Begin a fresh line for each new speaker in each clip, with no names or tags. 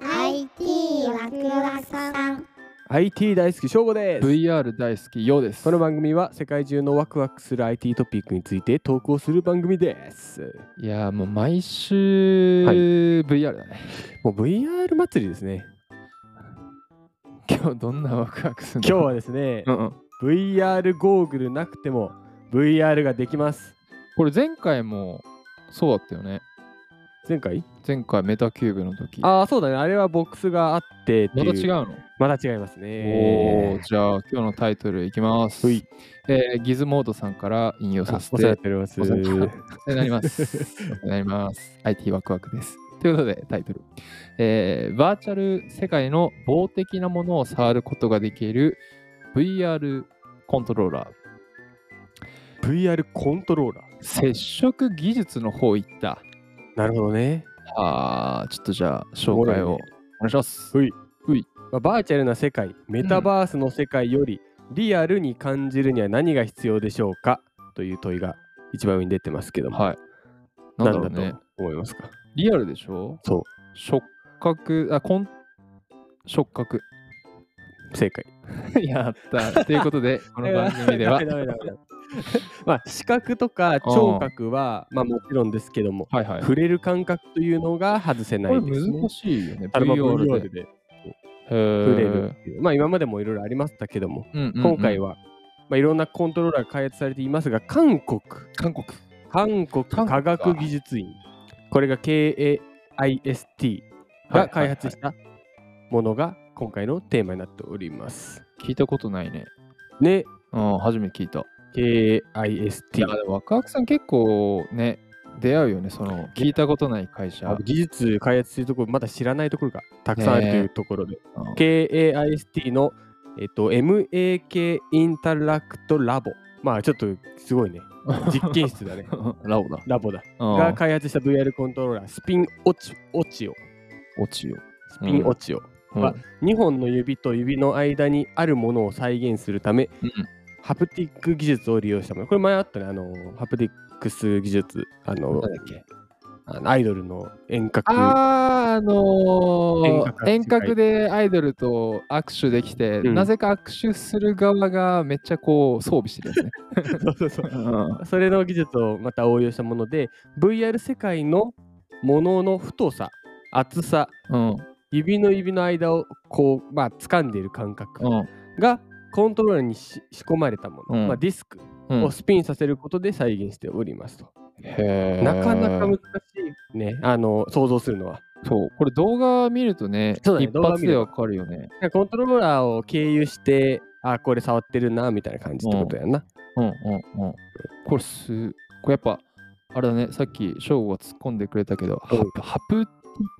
IT ワクワクさん
IT 大好き翔吾です、
VR 大好きようです
この番組は世界中のワクワクする IT トピックについて投稿する番組です
いやーもう毎週、
はい
VR だね
もう VR 祭りですね
今日どんなワクワクするの
今日はですね
うんうん、
VR ゴーグルなくても VR ができます
これ前回もそうだったよね
前回
前回メタキューブの時
ああそうだねあれはボックスがあってってい
また違うの、
まだ違います
お
ね
ーじゃあ今日のタイトルいきます、
はい
えーギズモードさんから引用
あ
させ
お世話
て
になります
お世話になりお世話にな ります。お世話になります。IT ワクワクです。ということで、タイトル、えーバーチャル世界の棒的なものを触ることができる VR コントローラー。
VR コントローラー
接触技術の方行った。
なるほどね
あーちょっとじゃあ、紹介
お
をお
もろいね
願いします。
はい。
うい
まあ、バーチャルな世界、メタバースの世界よりリアルに感じるには何が必要でしょうかという問いが一番上に出てますけども、
はい。なんだろうね
と。思いますか
リアルでしょ
そ
触覚、あ、コン、触覚。
う、正解。
やった。ということで、この番組では
ダ、メダメダメダメ まあ、視覚とか聴覚は、まあ、もちろんですけども、
はいはい。
触れる感覚というのが外せな
これ
いです、ね。
難しいよね。
あのまあ
VR で
VR。で触
触
れるっていう、まあ、今までもいろいろありましたけども、
うんうんうん
今回は、まあ、いろんなコントローラーが開発されていますが、韓国。
韓国
韓国
韓国
科学技術院これが KAIST が開発し
は
た
い
ものが今回のテーマになっております。
はいはい聞いたことないね。
ね、
うん、初めて聞いた。いや
KAIST。
でも若奥さん結構ね、出会うよね、その聞いたことない会社。
技術開発するところ、まだ知らないところがたくさんあるというところで、
うん
KAIST の、えっと、MAK インタラクトラボ。まあちょっとすごいね。実験室だね。
ラオだ。
ラボだ。
うん
が開発した VR コントローラー、スピンオチオチオ。
落ちよ。
スピンオチオ。
うん
は2本の指と指の間にあるものを再現するため、
うん
ハプティック技術を利用したもの。これ前あったね、あの、ハプティックス技術、あ
な
の
ん、だっけ
あのアイドルの遠隔。
あー、あのー、
遠
遠
隔
隔でアイドルと握手できて、
うん
なぜか握手する側がめっちゃこう装備して るよね。
そうそうそう
うん
それの技術をまた応用したもので、VR 世界のものの太さ、厚さ、
うん。
指の指の間をこう、まあ、掴んでいる感覚
うん。
がコントローラーにし仕込まれたもの、
うん
まあ、ディスク
うん
をスピンさせることで再現しておりますと。
へー
なかなか難しいね、あの想像するのは。
そう、これ動画見るとね、
そうだね
一発でわかるよね。
コントローラーを経由して、あ、これ触ってるな、みたいな感じってことやな。
うんうんうん。これす、これやっぱ、あれだね、さっき翔吾が突っ込んでくれたけど、
うん
ハプハプティッ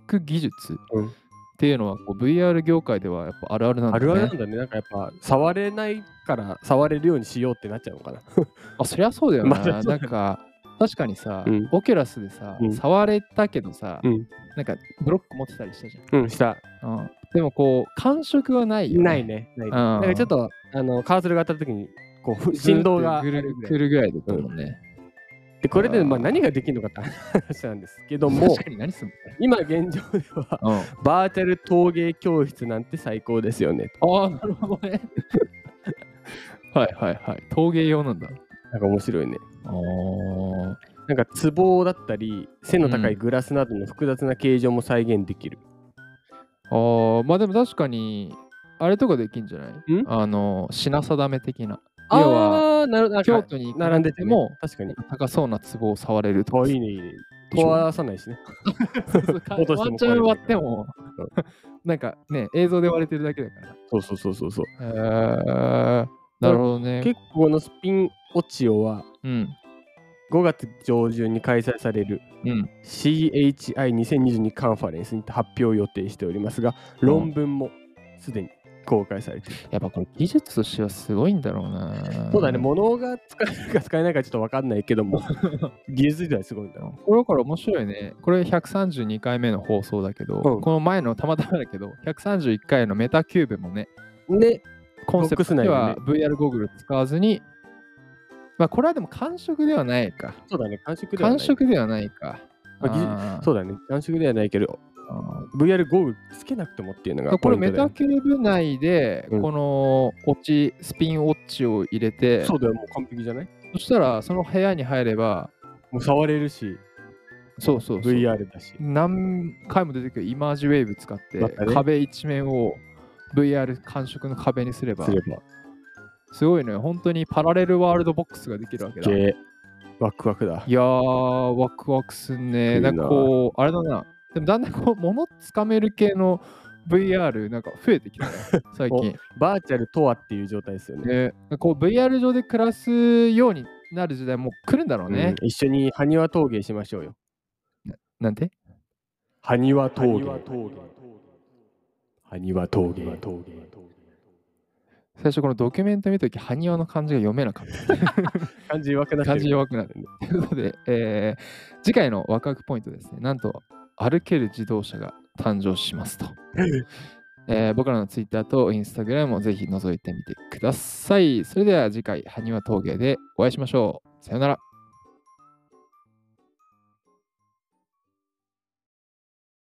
ク技術
うん
っていうのはこう VR 業界ではやっぱあるあるなん
あ
だ
る
ね。
あるなんだね、なんかやっぱ、触れないから触れるようにしようってなっちゃうのか な。
あそりゃそうだよ
まあそり
な。
ゃそうだ
なん
よ
か、確かにさ、
うん
オキュラスでさ、
うん
触れたけどさ、
うん
なんかブロック持ってたりしたじ
うん、した。
ゃん。うん、でもこう、感触はないよ、ね。
ない。ね。ないね。
うん
なんかちょっと、あのカーソルが当たった時に、こう、ふ振動があ
ぐ
るぐら
る
い。
くるぐらいだと思うね。
で、これで、まあ、
あー
何ができるのかって話なんですけども
確、かに何すん
今現状では、
の、うん
バーチャル陶芸教室なんて最高ですよね。
ああ、なるほどね。はいはいはい。陶芸用なんだ。
なんか面白いね。
ああ。
なんか壺だったり背の高いグラスなどの複雑な形状も再現できる。
あーまあでも確かに、あれとかできんじゃない
ん
あの、品定め的な。
あ
要は、
あーなるなん
京
か
都に行か
並んで
なく
て
も
も、、確かに。
高そうな壺を触れると
あ
か。
いいねいいね。
でしょ
壊さないしね。
そうそうか
落としても
ワンチャン割っても
うん、
なんかね、映像で割れてるだけだから。
そうそうそうそうそう。
へーなるほどね。
結構このスピンオチオは
うん。
5月上旬に開催される
うん。
CHI2022 カンファレンスにて発表を予定しておりますが、論文もすでに公開されている。
やっぱこれ技術としてはすごいんだろうな。
そうだね、物が使えるか使えないかちょっと分かんないけども、技術自体すごいんだろ
これだから面白いね。これ132回目の放送だけ
う
ど、
ん
この前のたまたまだけど、131回のメタキューブもね、
う。ね、
コンセプトでは
ボ
VR ゴーグル使わずに、まあこれはでも感触ではないか。
そうだね、感触ではな
感
い
触ではないか。
まあ技
あー
そうだね、短縮ではないけど、
あー
VR ゴーグルつけなくてもっていうのが
こ
ポイ
れ
ント
メ
だよ
タ
ね
キューブ内で、
うん
このオチ、スピンオッチを入れて、
そうだよもう完璧じゃない
そしたらその部屋に入れば、
もう触れるし
そうそうそう、
VR だし
何回も出てくるイマージウェーブ使って、
またね
壁一面を VR 感触の壁にすれば
す、れば
すごいね、本当にパラレルワールドボックスができるわけだ。い
ゲーワクワクだ
やー、ワクワクすんね。
いいな
なんかこう、あれだな、でもだんだんこう、物つかめる系の VR なんか増えてきたね、最 近。
バーチャルとはっていう状態ですよね
ね、こう VR 上で暮らすようになる時代もう来るんだろうね。
うん一緒に埴輪陶芸しましょうよ
なんて
埴輪陶芸埴輪陶芸
最初このドキュメント見たとき、埴輪の漢字が読めなかった。
感じ弱くなって
漢
る
字弱くなる。ということで、えー次回のワクワクポイントですね。なんと、歩ける自動車が誕生しますと。えー僕らの Twitter と Instagram もぜひ覗いてみてください。それでは次回、埴輪峠でお会いしましょう。さよなら。